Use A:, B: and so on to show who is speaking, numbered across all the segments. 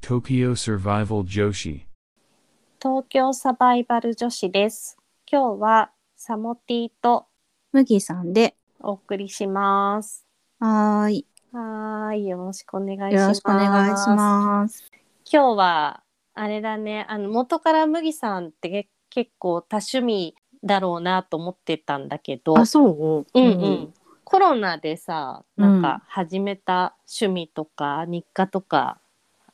A: Tokyo Survival Joshi.
B: 東京サバイバル女子です。今日はサモティと
C: 麦さんで、
B: お送りします。
C: はーい。
B: はーい、よろしくお願いします。
C: よろしくお願いします。
B: 今日はあれだね、あの元から麦さんってけ結構多趣味だろうなと思ってたんだけど、
C: あ、そう
B: うんうん。。コロナでさ、なんか始めた趣味とか日課とか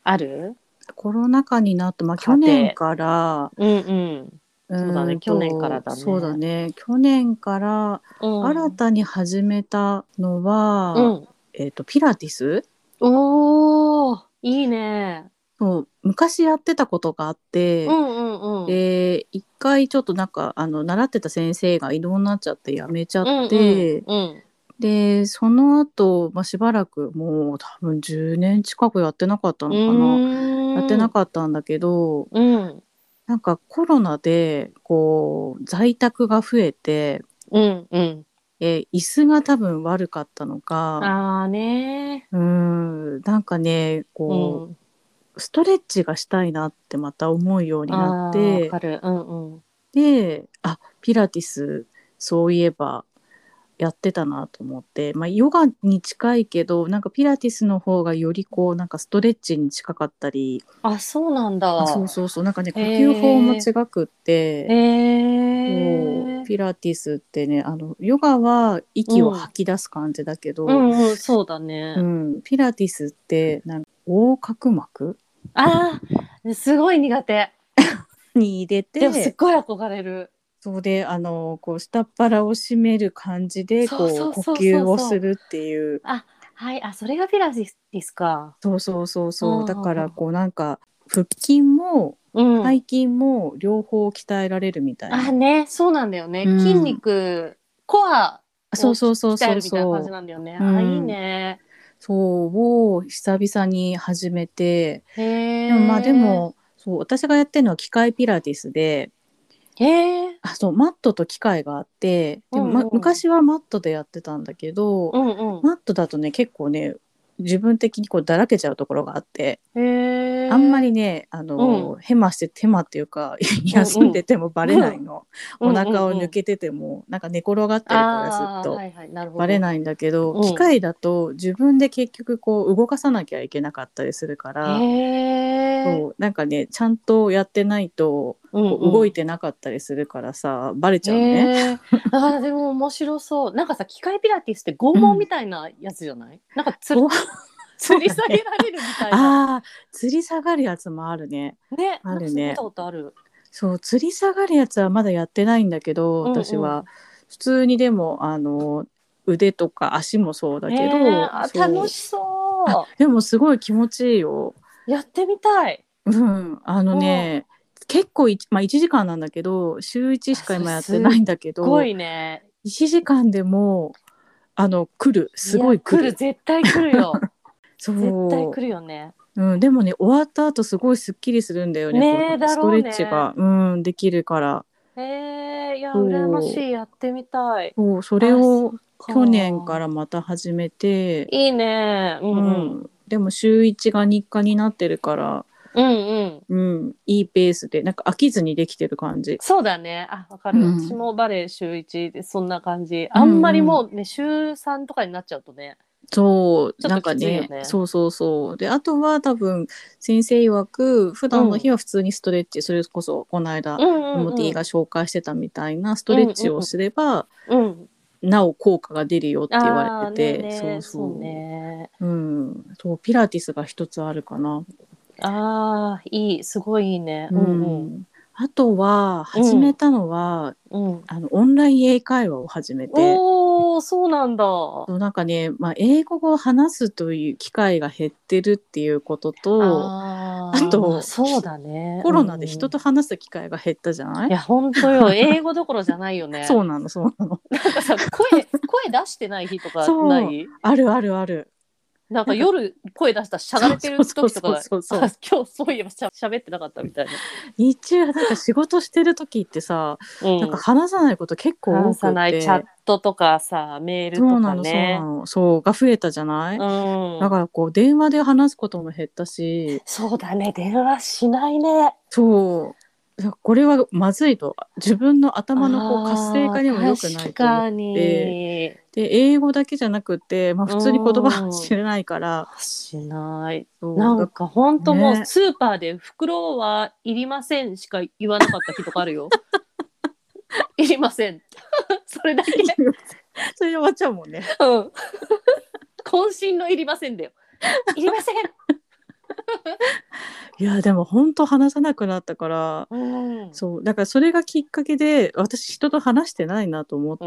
B: ある？
C: コロナ禍になって、まあ、
B: 家庭
C: 去年から、
B: うんうん。
C: そう
B: だね去年からだね
C: そうだね。去年から、
B: うん、
C: 新たに始めたのは、
B: うん。
C: えっ、と、ピラティス
B: おお、いいね。
C: そう昔やってたことがあって、
B: うんうんうん。
C: で、一回ちょっとなんか、あの、習ってた先生が異動になっちゃって、辞めちゃって、
B: うんうん
C: で、その後、まあ、しばらく、もう多分10年近くやってなかった
B: うん
C: のかな。
B: うん、
C: やってなかったんだけど、
B: うん
C: なんかコロナでこう在宅が増えて、
B: うんうん
C: えー椅子が多分悪かったのか
B: ああね
C: うーんなんかね
B: う
C: こう、
B: ん
C: ストレッチがしたいなってまた思うようにな
B: あ
C: っ
B: ーわ
C: て
B: かるうんうん
C: であピラティスそういえばやってたなと思って、まあ、ヨガに近いけどなんかピラティスの方がよりこうなんかストレッチに近かったり
B: あそうなん
C: あ
B: だ
C: そうそうそうなんかね呼
B: へー
C: 吸法も違くって。
B: へえ
C: そうピラティスってねあのヨガは息を吐き出す感じだけど、
B: う
C: うん
B: んうんそうだね、
C: ピラティスってなんか横隔膜
B: ああすごい苦手
C: に入れ
B: でもすってごい憧れる
C: そうであのこう下っ腹を締める感じでこ
B: そう
C: う
B: そう
C: 呼
B: そうそう
C: 吸をするっていう
B: はいあそれがピラティスか
C: そうそうそう
B: うんうん
C: そううんだからこうなんか腹筋も
B: うん、
C: 背筋も両方鍛えられるみたいな、
B: あねそうなんだよね、
C: うん
B: 筋肉コア
C: そうそうそう
B: 鍛え
C: そ
B: るみたい
C: う
B: な感じ
C: そう
B: なんだよね、
C: うん
B: あいいね
C: そうを久々に始めて
B: へえ
C: でもまあでもそう私がやってるのは機械ピラティスで、
B: へえ
C: あそうマットと機械があってでも、ま
B: うんうん
C: 昔はマットでやってたんだけど、
B: うんうん
C: マットだとね結構ね自分的にこうだらけちゃうところがあって、
B: へえ
C: あんまりねあの、ヘマして手間っていうか休んでてもバレないの、
B: うんうん
C: お腹を抜けてても、なんか寝転がってるから
B: あ
C: ず
B: ー
C: っと、
B: はいはい、なるほど
C: バレないんだけど、
B: うん
C: 機械だと自分で結局こう動かさなきゃいけなかったりするから、
B: へー
C: そうなんかねちゃんとやってないと
B: うん
C: こ
B: う
C: うん動いてなかったりするからさ、バレちゃうのね。
B: へーあーでも面白そうなんかさ機械ピラティスって拷問みたいなやつじゃない、なんかつり
C: お
B: 吊り下げられるみたいな
C: ああ、吊り下がるやつもあるね。
B: ね
C: あるね
B: なんか見たことある
C: そう、吊り下がるやつはまだやってないんだけど、
B: うんうん
C: 私は普通にでもあの腕とか足もそうだけど、
B: へーあ
C: そう
B: 楽しそ
C: でもすごい気持ちいいよ。
B: うやってみたい
C: うん、あのね、結構いまあ一時間なんだけど、週一しか今やってないんだけ
B: すご
C: ど、
B: いね
C: 一時間でもあの来る、すごい来
B: や
C: る。
B: 絶対来るよ
C: そう
B: 絶対来るよね
C: うん、でもね終わった後すごいすっきりするんだよね
B: ねえ
C: こう
B: だ
C: ス
B: ろ
C: ト
B: う
C: レ
B: ね
C: ッチがうん、できるから
B: へえいや
C: そう
B: 羨ましいやってみたい
C: そうそれを
B: か
C: 去年からまた始めて、
B: いいねうん
C: う
B: うん、
C: ん、でも週1が日課になってるから、
B: うんうん
C: うん、いいペースでなんか飽きずにできてる感じ。
B: そうだね。あ、わかる。
C: うん
B: 私もバレエ週一でそんな感じ。あんまりもうね、週三とかになっちゃうとね。
C: そう、
B: ちょ
C: な
B: っ
C: ん
B: と
C: か
B: きついよね
C: ねそうそうそうであとは多分先生曰く普段の日は普通にストレッチ、それこそこの間、
B: うんうん、うん。
C: モティが紹介してたみたいなストレッチをすれば、
B: うん。
C: なお効果が出るよって言
B: あ
C: わ
B: ー
C: れ
B: ね
C: て
B: え
C: て、
B: ねえ
C: そう
B: そ
C: そう
B: うね。
C: うん、そうピラティスが一つあるかな。
B: ああ、いい、すごいいいね。う
C: うんんあとは始めたのは、
B: うん。うん。
C: あのオンライン英会話を始めて、
B: おお、そうなんだ。
C: そうなんかね、まあ英語を話すという機会が減ってるっていうことと、
B: あ
C: あと
B: まそうだね。
C: コロナで人
B: と。
C: と話す機会が減ったじゃない
B: い？や、本当よ。英語どころじゃないよね。
C: そうなのそうなの。
B: なんかさ、声、声出してない日とか
C: そう
B: ない
C: あるあるある。
B: なんか夜声出したらしゃがれてる時とかが
C: そうそうそうそう
B: あ今日そういえばしゃ喋ってなかったみたいな。
C: 日中なんか仕事してる時ってさ、
B: うん、
C: なんか話さないこと結構多くて
B: 話さないチャットとかさメールと
C: そうな
B: か
C: のそうな
B: ね。
C: のそうが増えたじゃな
B: う
C: い、
B: ん
C: だからこう電話で話すことも減ったし
B: そうだね電話しないね。
C: そういやこれはまずいと自分の頭のこう活性化にも良くな
B: あー確
C: いと思っ
B: かに
C: て。で英語だけじゃなくて、まあ、普通に言葉
B: うん
C: 知れないから
B: しない。
C: そう
B: なんか本当も
C: ね
B: うスーパーで袋はいりませんしか言わなかった日とかある よ。いりません。 それだけ。
C: それで終わっちゃうもんね。
B: うん。渾身のいりませんだよ。いりません。
C: いやでも本当話さなくなったから
B: うん
C: そうだからそれがきっかけで私人と話してないなと思って、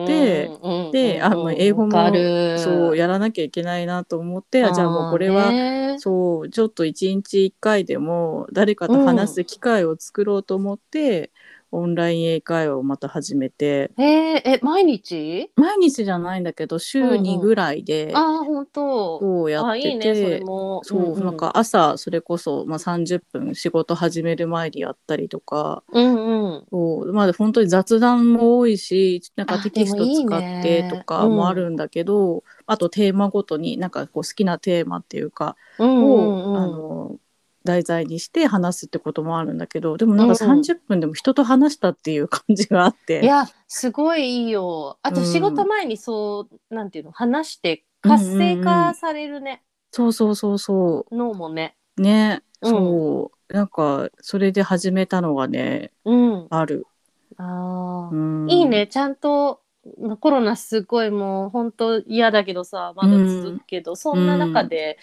B: うん
C: で
B: うん
C: あまあ英語も
B: わかる
C: そうやらなきゃいけないなと思ってあじゃあもうこれ
B: あ
C: は
B: ーね
C: そうちょっと一日一回でも誰かと話す機会を作ろうと思って、オンライン英会話をまた始めて
B: えーえ毎日
C: 毎日じゃないんだけど週にぐらいで
B: ああ本当
C: こうやっ
B: あい
C: て
B: いねそれ
C: て。
B: も
C: そうなんか朝それこそ、まあ、30分仕事始める前にやったりとか
B: うんうん
C: そうまあ本当に雑談も多いしなんか
B: あ
C: テキスト
B: でもいい
C: 使
B: ね
C: ってとかもあるんだけどあ,、とテーマごとになんかこう好きなテーマっていうか
B: うん
C: を、
B: うんうん
C: あの題材にして話すってこともあるんだけどでもなんか30分でも人と話したっていう感じがあって、
B: いやすごいいいよあと
C: うん
B: 仕事前にそう、なんていうの話して活性化されるね、
C: そうそうそうそ
B: 脳もね
C: うね、
B: うん
C: そうなんかそれで始めたのがね
B: うん
C: ある、
B: あー、
C: うん、
B: いいねちゃんとまあコロナすごいもう本当嫌だけどさまだ続くけど、そんな中で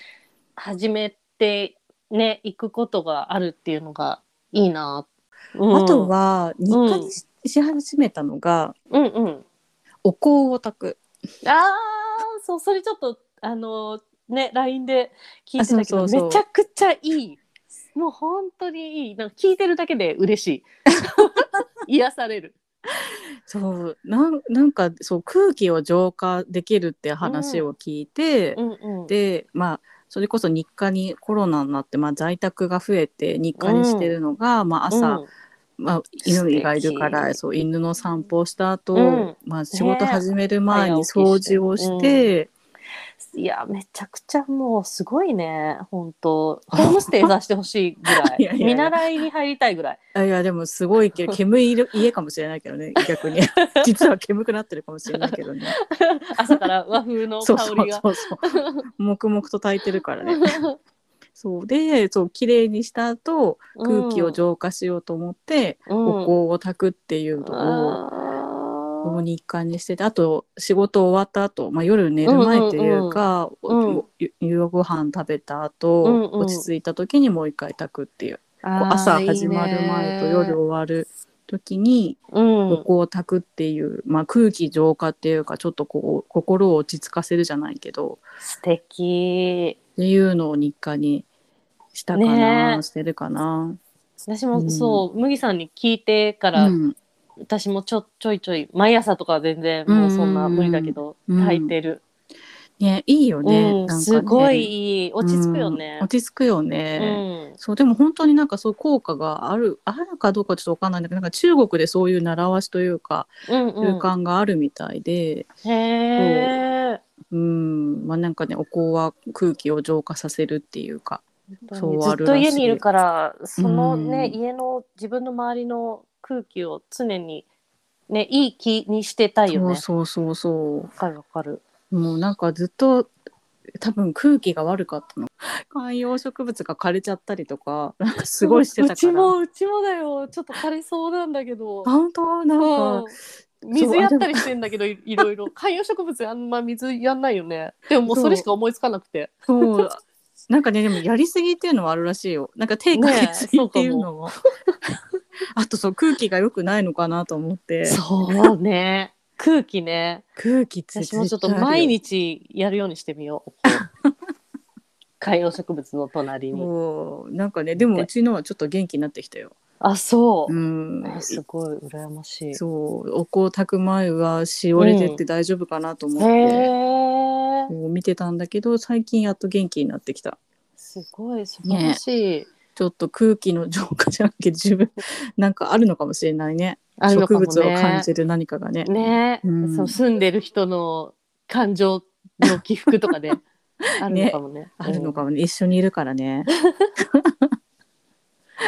B: 始めてね行くことがあるっていうのがいいな、うん
C: あとは日課にし,、始めたのが
B: うんうん
C: お香を炊く
B: あーそうそれちょっとあのね LINE で聞いてたけど
C: あそうそうそう
B: めちゃくちゃいいもう本当にいいなんか聞いてるだけで嬉 しい癒される
C: そうなんなんかそう空気を浄化できるって話を聞いて、
B: うんうん
C: でまあそれこそ日課にコロナになって、まあ、在宅が増えて日課にしてるのが、まあ、朝、まあ、
B: 素敵
C: 犬がいるからそう犬の散歩をした後、
B: うん
C: まあ仕事始める前に
B: ね早
C: 掃
B: 起きして
C: 除をして、
B: うん、いやめちゃくちゃもうすごいね本当ホームステイさせてほしいぐらい
C: いやいやいや
B: 見習いに入りたいぐらい
C: あいやでもすごいけど煙いる家かもしれないけどね逆 に実は煙くなってるかもしれないけどね
B: 朝から和風の
C: そ
B: 香
C: うそう
B: りが
C: そ うそう黙々と炊いてるからねそうでそう綺麗にした後空気を浄化しようと思って、お香
B: を
C: を炊くっていうのを、を日課にしててあと仕事終わった後、まあ夜寝る前というか、
B: うんうんうん
C: おゆ夕ご飯食べた後、
B: うんうん
C: 落ち着いた時にもう一回炊くっていうこう
B: あー
C: 朝始まる前と夜、終わる時に
B: うん、
C: お香を炊くっていう、まあ、空気浄化っていうかちょっとこう心を落ち着かせるじゃないけど
B: 素敵
C: っていうのを日課にしたかな、
B: ねえ
C: してるかな。
B: 私もそう、麦さんに聞いてから、
C: うん
B: 私もちょちょいちょい毎朝とかは全然もうそんな無理だけど、
C: うん
B: 炊いてる、
C: ねいいよ
B: うん
C: ね,、なんかね
B: すごいいい落ち着くよね
C: うん、落ち着くよ
B: うん
C: ね。そうでも本当になんかそう効果があるあるかどうかちょっとわかんないんだけどなんか中国でそういう習わしというか
B: うん
C: 習
B: うん、
C: 慣があるみたいで、
B: へえ
C: うん、まあなんかねお香は空気を浄化させるっていうか、そう
B: ず
C: あ
B: っ
C: る
B: と
C: らしい
B: 家にいるからそのね、
C: うん
B: 家の自分の周りの空気を常にねいい気にしてたいよ
C: そう
B: ね
C: そうそうそ
B: わかるわかる
C: うもうなんかずっと多分空気が悪かったの観葉植物が枯れちゃったりとかなんかすごいしてたから
B: うちもうちもだよちょっと枯れそうなんだけど
C: あ本当なんか、
B: うん水やったりしてんだけどいい ろいろ観葉植物あんま水やんないよねでももう
C: そう
B: それしか思いつかなくて
C: そうなんかねでもやりすぎっていうのもあるらしいよなんか手かけすぎっていうのも、 あとそう空気が良くないのかなと思って
B: そうね空気ね
C: 空気って
B: 私もちょっと毎日やるようにしてみ よう観葉植物の隣に
C: もうなんかねでもうちのはちょっと元気になってきたよ
B: あそう
C: う、ん
B: あすごい羨ましい
C: そうお香炊く前はしおれてって大丈夫かなと思っ
B: へ
C: て、
B: えね。
C: を見てたんだけど最近やっと元気になってきた
B: すごい素晴らしい。
C: ちょっと空気の浄化じゃなくて自分なんかあるのかもしれないね
B: あるのか
C: 植
B: もね
C: 物を感じる何かがね
B: ね、
C: うん
B: そう住んでる人の感情の起伏とか ねあるのかもね。
C: あるのかもね一緒にいるからね
B: うん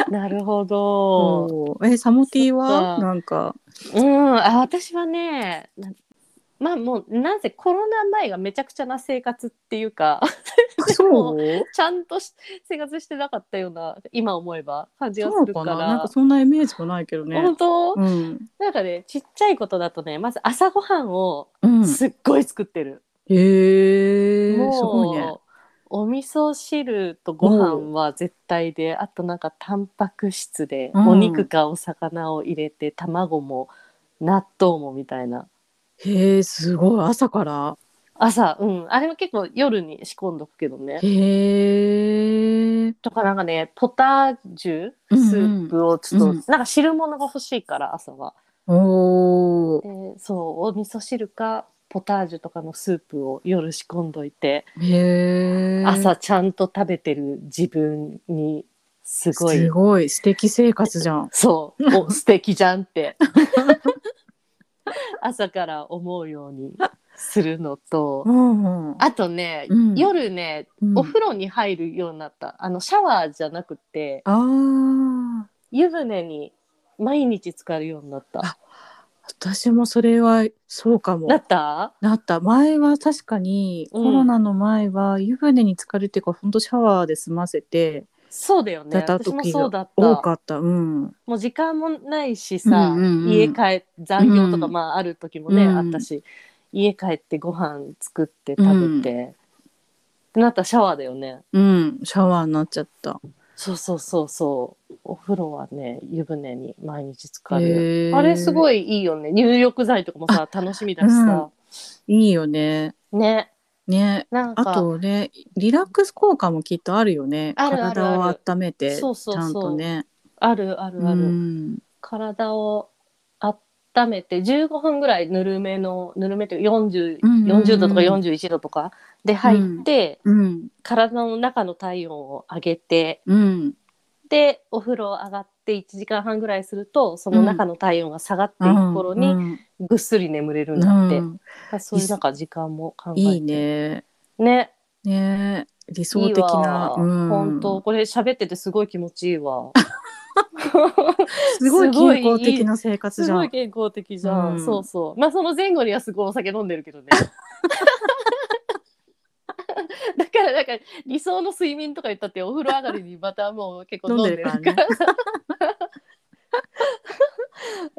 B: なるほど。
C: そうえサモティ
B: そ
C: は
B: っか
C: なんか
B: うん、あ私はねなまあもうなぜコロナ前がめちゃくちゃな生活っていうか
C: そう
B: ちゃんとし生活してなかったような今思えば感じが
C: そう
B: するか
C: かな
B: ら。
C: なんかそんなイメージもないけどね
B: 本当、
C: うん
B: なんかねちっちゃいことだとねまず朝ごはんを
C: うん
B: すっごい作ってる、
C: へえ
B: もう
C: すごいね
B: お味噌汁とご飯は絶対であとなんかタンパク質で、
C: うん
B: お肉かお魚を入れて卵も納豆もみたいな
C: へえすごい朝から
B: 朝うんあれは結構夜に仕込んどくけどね
C: へえ
B: とかなんかねポタージュス
C: うんうん
B: ープをちょっと、
C: うん
B: なんか汁物が欲しいから朝は
C: おー
B: でそうお味噌汁かポタージュとかのスープを夜仕込んどいて
C: へえ
B: 朝ちゃんと食べてる自分にすごい
C: すごい素敵生活じゃん
B: そうお素敵じゃんって 朝から思うようにするのと
C: うんうん
B: あとね、
C: うん
B: 夜ね
C: うん
B: お風呂に入るようになったあのシャワーじゃなくて
C: あー
B: 湯船に毎日浸かるようになった
C: あ私もそれはそうかも
B: なった
C: なった前は確かに
B: う
C: コ
B: ん
C: ロナの前は湯船に浸かるっていうか、ほん、本当シャワーで済ませて
B: そうだよね
C: だった
B: 私も
C: 時
B: そう
C: が
B: だった
C: 多かったうん
B: もう時間もないしさ、
C: うんうんうん
B: 家帰残業とか
C: うん
B: まあある時もね、
C: うん
B: あったし家帰ってご飯作って食べて、ってなったらシャワーだよね
C: うんシャワーになっちゃった
B: そうそうそうそうお風呂はね湯船に毎日使う、
C: へ
B: あれす
C: い
B: ごいいいよね入浴剤とかもさ楽しみだしさ、
C: いいよね
B: ね
C: ね
B: なん
C: あ
B: か
C: とねリラックス効果もきっとあるよね
B: あるあるある
C: 体を温めてち
B: そうそうそう
C: ゃんとね
B: あるあるある、
C: うん
B: 体を温めて15分ぐらいぬるめのぬるめというか40
C: うんうんうん
B: 40度とか41度とかで入って、
C: うん
B: 体の中の体温を上げて
C: うん
B: でお風呂上がって1時間半ぐらいするとその中の体温が下がっていく頃
C: う
B: に
C: ん
B: ぐっすり眠れる
C: うん
B: だって、
C: ん
B: そういうなんか時間も考えて
C: いいね
B: ね
C: ね理想
B: いい
C: 的
B: わ
C: な、うん
B: 本当これ喋っててすごい気持ちいい わ
C: すごい
B: すごい
C: 健康的な生活
B: す
C: じゃ
B: ご
C: ん
B: い健康的じゃん、
C: うん
B: そうそうまあその前後にはすごいお酒飲んでるけど ねだからなんか理想の睡眠とか言ったってお風呂上がりにまたもう結構飲んでるから
C: 飲んでるか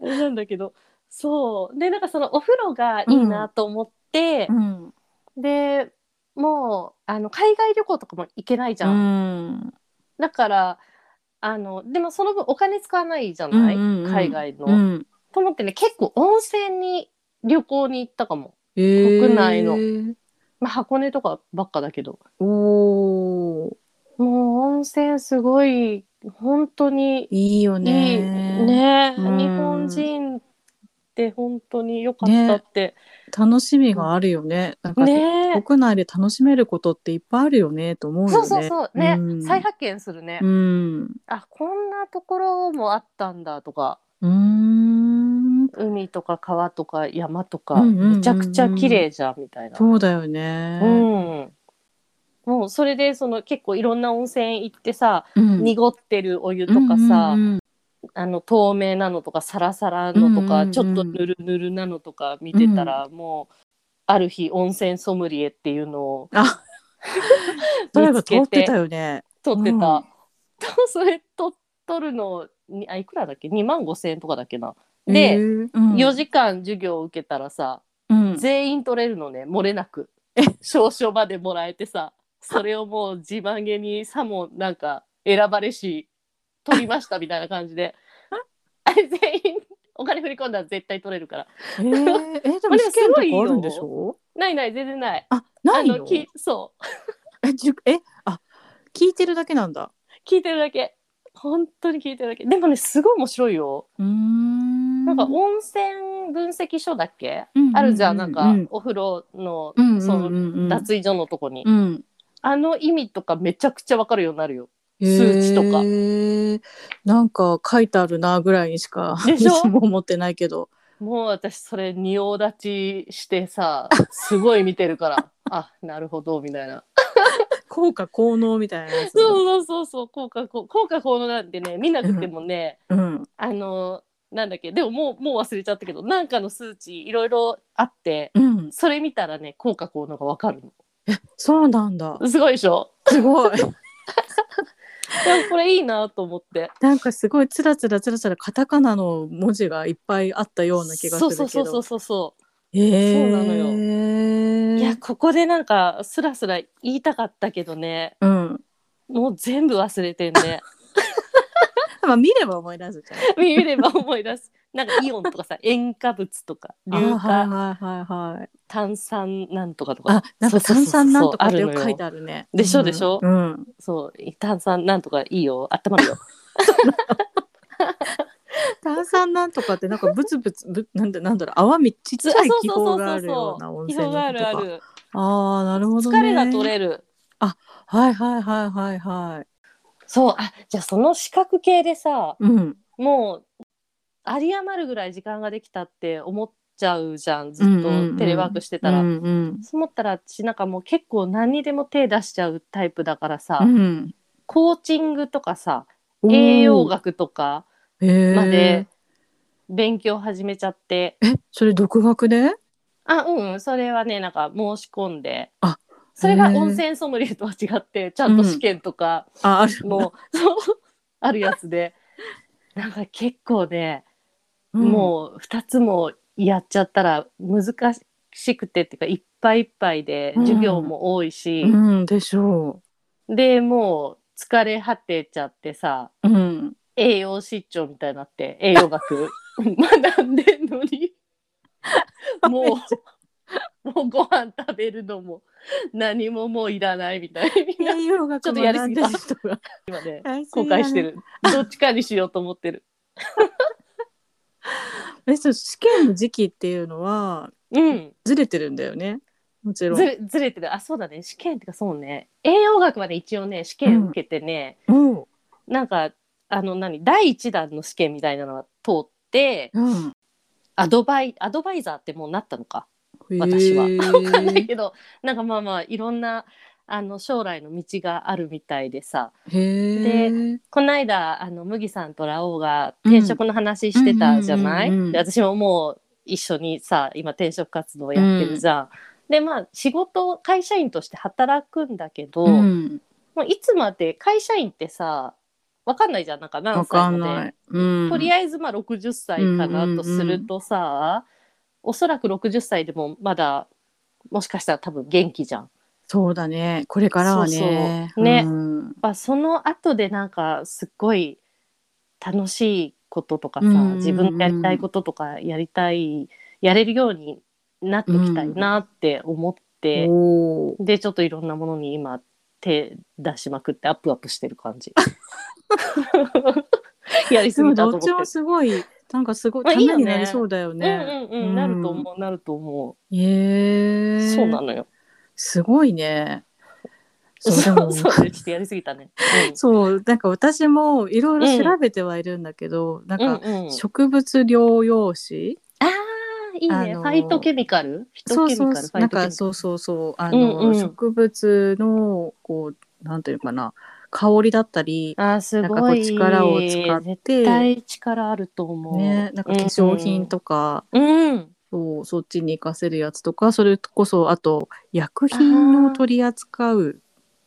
B: あれなんだけどそうでなんかそのお風呂がいいなと思って
C: う、ん
B: でもうあの海外旅行とかも行けないじゃん、
C: うん
B: だからあのでもその分お金使わないじゃない、
C: うんうんうん
B: 海外の。
C: うん
B: と思ってね結構温泉に旅行に行ったかも、
C: えー
B: 国内のまあ、箱根とかばっかだけど
C: おー
B: もう温泉すごい本当に
C: いいよ
B: いい
C: ね
B: ね
C: うん
B: 日本人って本当に良かったって
C: 楽しみがあるよねなんか、
B: ね
C: 国内で楽しめることっていっぱいあるよねと思うよね
B: そうそうそうね、
C: うん
B: 再発見するね、
C: うん
B: あこんなところもあったんだとか
C: うーん
B: 海とか川とか山とか、
C: うんうんうんうん
B: めちゃくちゃ綺麗じゃんみたいな
C: そうだよね
B: う、ん、もうそれでその結構いろんな温泉行ってさ、
C: うん
B: 濁ってるお湯とかさ、
C: うんうん
B: あの透明なのとかサラサラのとか、
C: うんうんうん
B: ちょっとぬるぬるなのとか見てたら、もうある日温泉ソムリエっていうのを
C: あそういえば
B: 見つ
C: 通
B: け
C: って
B: て
C: たよね
B: 撮ってた、
C: うん
B: それ撮撮るのにあいくらだっけ2万5千円とかだっけな。で、
C: えーうん
B: 4時間授業を受けたらさ、
C: うん
B: 全員取れるのね漏れなく証書までもらえてさそれをもう自慢げにさもなんか選ばれし取りましたみたいな感じであれ 全員お金振り込んだら絶対取れるから
C: えー、えで
B: まあ
C: も
B: でも
C: 試験
B: す
C: とか
B: ごいよ
C: あるんでしょ
B: ないない全然ない
C: あない
B: あ
C: の
B: のきそう
C: えじゅえあ聞いてるだけなんだ
B: 聞いてるだけ本当に聞いてるだけでもねすごい面白いよ
C: うーん
B: なんか
C: お
B: 温泉ン分析書だっけ、
C: うんうんうん
B: あるじゃんなんか、
C: うん
B: お風呂の、
C: うんうん
B: そ
C: うん
B: の
C: うん
B: 脱衣所のとこに、
C: うん、
B: あの意味とかめちゃくちゃわかるようになるよ。
C: 数
B: 数値
C: 値と
B: と
C: か
B: か
C: なんか書いてあるなぐらいにしか
B: でしょ
C: いつも思ってないけど
B: もう私それ仁王立ちして さすごい見てるからあなるほどみたいな
C: 効果効能みたいなやつ
B: そうそうそうそう効果効効果効能なんてね見なくてもね、
C: うん
B: あのなんだっけでももうもう忘れちゃったけどなんかの数値いろいろあって
C: うん、
B: それ見たらね効果効能がわかる
C: そうなんだ
B: のすごいでしょ
C: すごい
B: でもこれいいなと思って
C: なんかすごいつらつらつらつらカタカナの文字がいっぱいあったような気がするけど
B: そうそうそうそうそう
C: へー
B: そうなの
C: よ
B: いやここでなんかスラスラ言いたかったけどね
C: うん
B: もう全部忘れてん ね
C: まあ見れば思い出すじゃん
B: 見れば思い出すなんかイオンとかさ塩化物とか硫
C: あ
B: 化
C: はいはいはいはい
B: 炭酸なんとかとか
C: あなんか炭酸なんとかってよく書いて
B: ある
C: あるね
B: でしょでしょ
C: うん、うん
B: そう炭酸なんとかいいよ温まるよ
C: 炭酸なんとかってなんかブツブツぶなんだなんだろう泡みちっちゃい気泡があるような温
B: 気
C: 泉の
B: 泡
C: こ
B: があるあ
C: とか
B: る
C: ああなるほどね
B: 疲れが取れる
C: はいはいはいはいはい
B: そうあじゃあその視覚系でさ
C: うん
B: もう有り余るぐらい時間ができたって思っちゃうじゃんず
C: うん
B: っ
C: うんうん
B: とテレワークしてた
C: う
B: ら。
C: んうん
B: そう思ったら私なんかもう結構何にでも手出しちゃうタイプだからさ、
C: うん
B: コーチングとかさ栄養学とか
C: へー
B: まで勉強始めちゃって、
C: えそれ独学で
B: あうんうんそれはねなんか申し込んで
C: あ
B: それが
C: へー
B: 温泉ソムリエとは違ってちゃんと試験とか
C: あある
B: も、そう あるやつでなんか結構ね、
C: うん
B: もう2つもやっちゃったら難しくてっていうかいっぱいいっぱいで授業も多いし。
C: うんでしょ
B: でもう疲れ果てちゃってさ
C: ううん
B: 栄養失調みたいになって栄養 学学んでんのにもうもうご飯食べるのも何ももういらないみたいな
C: 栄養学
B: ちょっとやりすぎた
C: 学んでる人が
B: 今ね
C: 大好きだ
B: 後
C: ね
B: 悔してるどっちかにしようと思ってる。
C: えそう試験の時期っていうのは
B: うん、
C: ずれてるんだよねもちろん
B: ずれずれてるあそうだね試験ってかそうね栄養学まで一応ね試験受けてね、
C: うん
B: なんかあの何第一弾の試験みたいなのが通って
C: うん
B: アドバイアドバイザーってもうなったのか私
C: 私
B: は
C: は
B: わかんないけどなんかまあまあいろんなあの将来の道があるみたいでさ
C: へえ。
B: この間あの麦さんとラオウが転職の話してたじゃない、
C: うんうんうんうん
B: で私ももう一緒にさ今転職活動やってるじゃん。でまあ仕事会社員として働くんだけど、
C: うん、
B: もういつまで会社員ってさわかんないじゃんなんか
C: わ
B: 何
C: か
B: 歳
C: ん
B: ま
C: な
B: で。
C: い。うん、
B: とりあえずまあ60歳かなとするとさ、おそらく60歳でもまだもしかしたら多分元気じゃん。
C: そうだね。これからはね。
B: そうそうね
C: うん
B: まあ、その後でなんかすっごい楽しいこととかさ、
C: うんうんうん
B: 自分がやりたいこととかやりたいやれるようになってきたいなって思って、
C: おお。
B: でちょっといろんなものに今手出しまくってアップアップしてる感 じ。やり
C: ですも
B: ぎたと思
C: ど
B: っ
C: っ
B: て
C: ちもすごい、なんかすごい、
B: まあ
C: た
B: いいよ
C: め
B: ね
C: になりそうだよね。
B: うんうんうん、なると思うなると思う、
C: へえ。
B: そうなのよ
C: すごいね。
B: そう
C: そうで も
B: そうねちょっとやりすぎたね、
C: そうなんか私もいろいろ調べてはいるんだけど、なん
B: うん、
C: か
B: うんうん
C: 植物療養士、
B: あーいいね、
C: あのー
B: ファイトケミカルフィ
C: そ
B: ト
C: う
B: ケミ
C: そう
B: カルファ
C: なん
B: イトケ
C: か
B: ミカ
C: そうそうそうあの、
B: うんうん
C: 植物のこうなんていうのかな香りだったり
B: ルあーす
C: なんかこ
B: ご
C: う
B: い
C: 力を使っ
B: 絶
C: て、
B: 対力あると思う、
C: ね、なんか化粧品
B: か
C: とか、
B: うん
C: そうそっちに活かせるやつとかそれこそあと薬品を取り扱う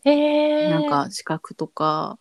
B: へえ
C: なんか資格とか、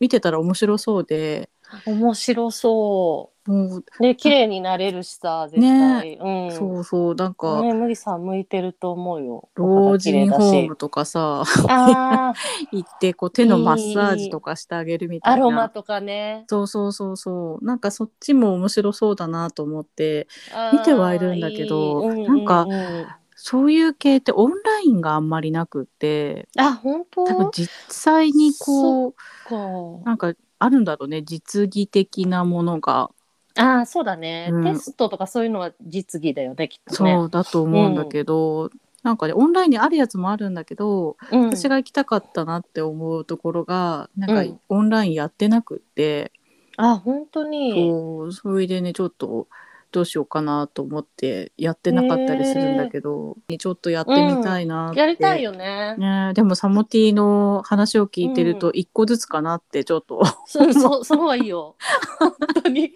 C: 見てたら面白そうで
B: 面白そ
C: もう、
B: うね綺麗になれるしさ絶対、うん
C: そうそうなんか、
B: ね麦さん向いてると思うよ
C: 老人ホーム
B: ム
C: とかさ
B: あー
C: 行ってこう手のマッサージとかしてあげるみたい
B: ア
C: な。
B: ロマとかね
C: そうそうそうそうなんかそっちも面白そうだなと思って
B: あー
C: 見てはいるんだけど
B: いい
C: なんか
B: うううん
C: そういう系ってオンラインがあんまりなくって
B: あ本当
C: 多分実際にこう
B: か
C: なんかあるんだろうね実技的なものが
B: ああ、そうだね、
C: うん
B: テストとかそういうのは実技だよね、きっとね。
C: そうだと思うんだけど、なんかねオンラインにあるやつもあるんだけど、
B: うん、
C: 私が行きたかったなって思うところがなん
B: う
C: か
B: ん
C: オンラインやってなくって、
B: あ、本当に。
C: そうそれでねちょっとどうしようかなと思ってやってなかったりするんだけど、ちょっとやってみたいなって、
B: やりたいよね。
C: ね、でもサモティの話を聞いてる
B: う
C: と一個ずつかなってちょっと、
B: そそその方がいいよ。本当に。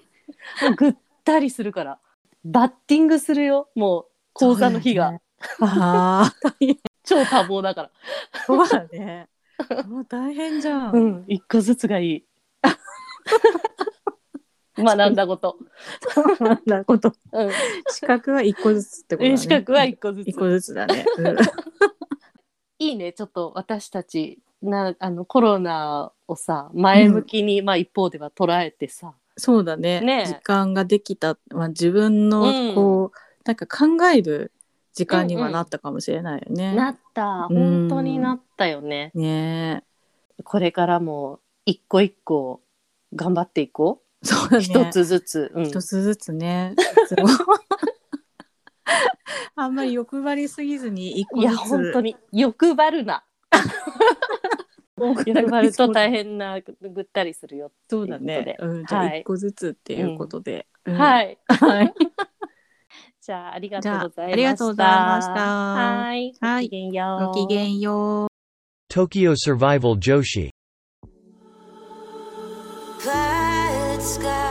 B: もうぐったりするから。バッティングするよ、もう、講座の日が。
C: ああ
B: 超多忙だから。
C: そうだねもう大変じゃん、
B: うん、一個ずつがい い。学んだこと。
C: そん なこと
B: うん、
C: 資格は一個ずつってことだね
B: 資格は一個ずつ
C: 一。個ずつだね、うん
B: いいね、ちょっと私たち、な、あのコロナをさ、前向きに、まあ一方では捉えてさ。
C: そうだね
B: ねえ
C: 時間ができた、まあ、自分
B: う
C: の
B: ん
C: こう、なんか考える時間に
B: うん
C: は
B: うん
C: なったかもしれないよね。
B: なった、
C: うん
B: 本当になったよね。
C: ね
B: これからも一個一個頑張っていこ
C: えそうだ
B: う。
C: ね
B: 一、つずつ。うん
C: 一つずつねそう あんまり欲張りすぎずに一個
B: い
C: ずつ
B: や、本当に欲張るな。欲張ると大変な、ぐったりするよ。
C: そうだね、うん、じゃあ
B: はい
C: 一個ずつっていうことで、い、
B: はい。
C: はい、
B: じゃあ、ありがとうございました。
C: じゃあありがとうございました
B: はい。
C: はい
B: ごきげんよう。
C: ごきげんよう
A: Tokyo Survival Joshi.
D: Violet sky.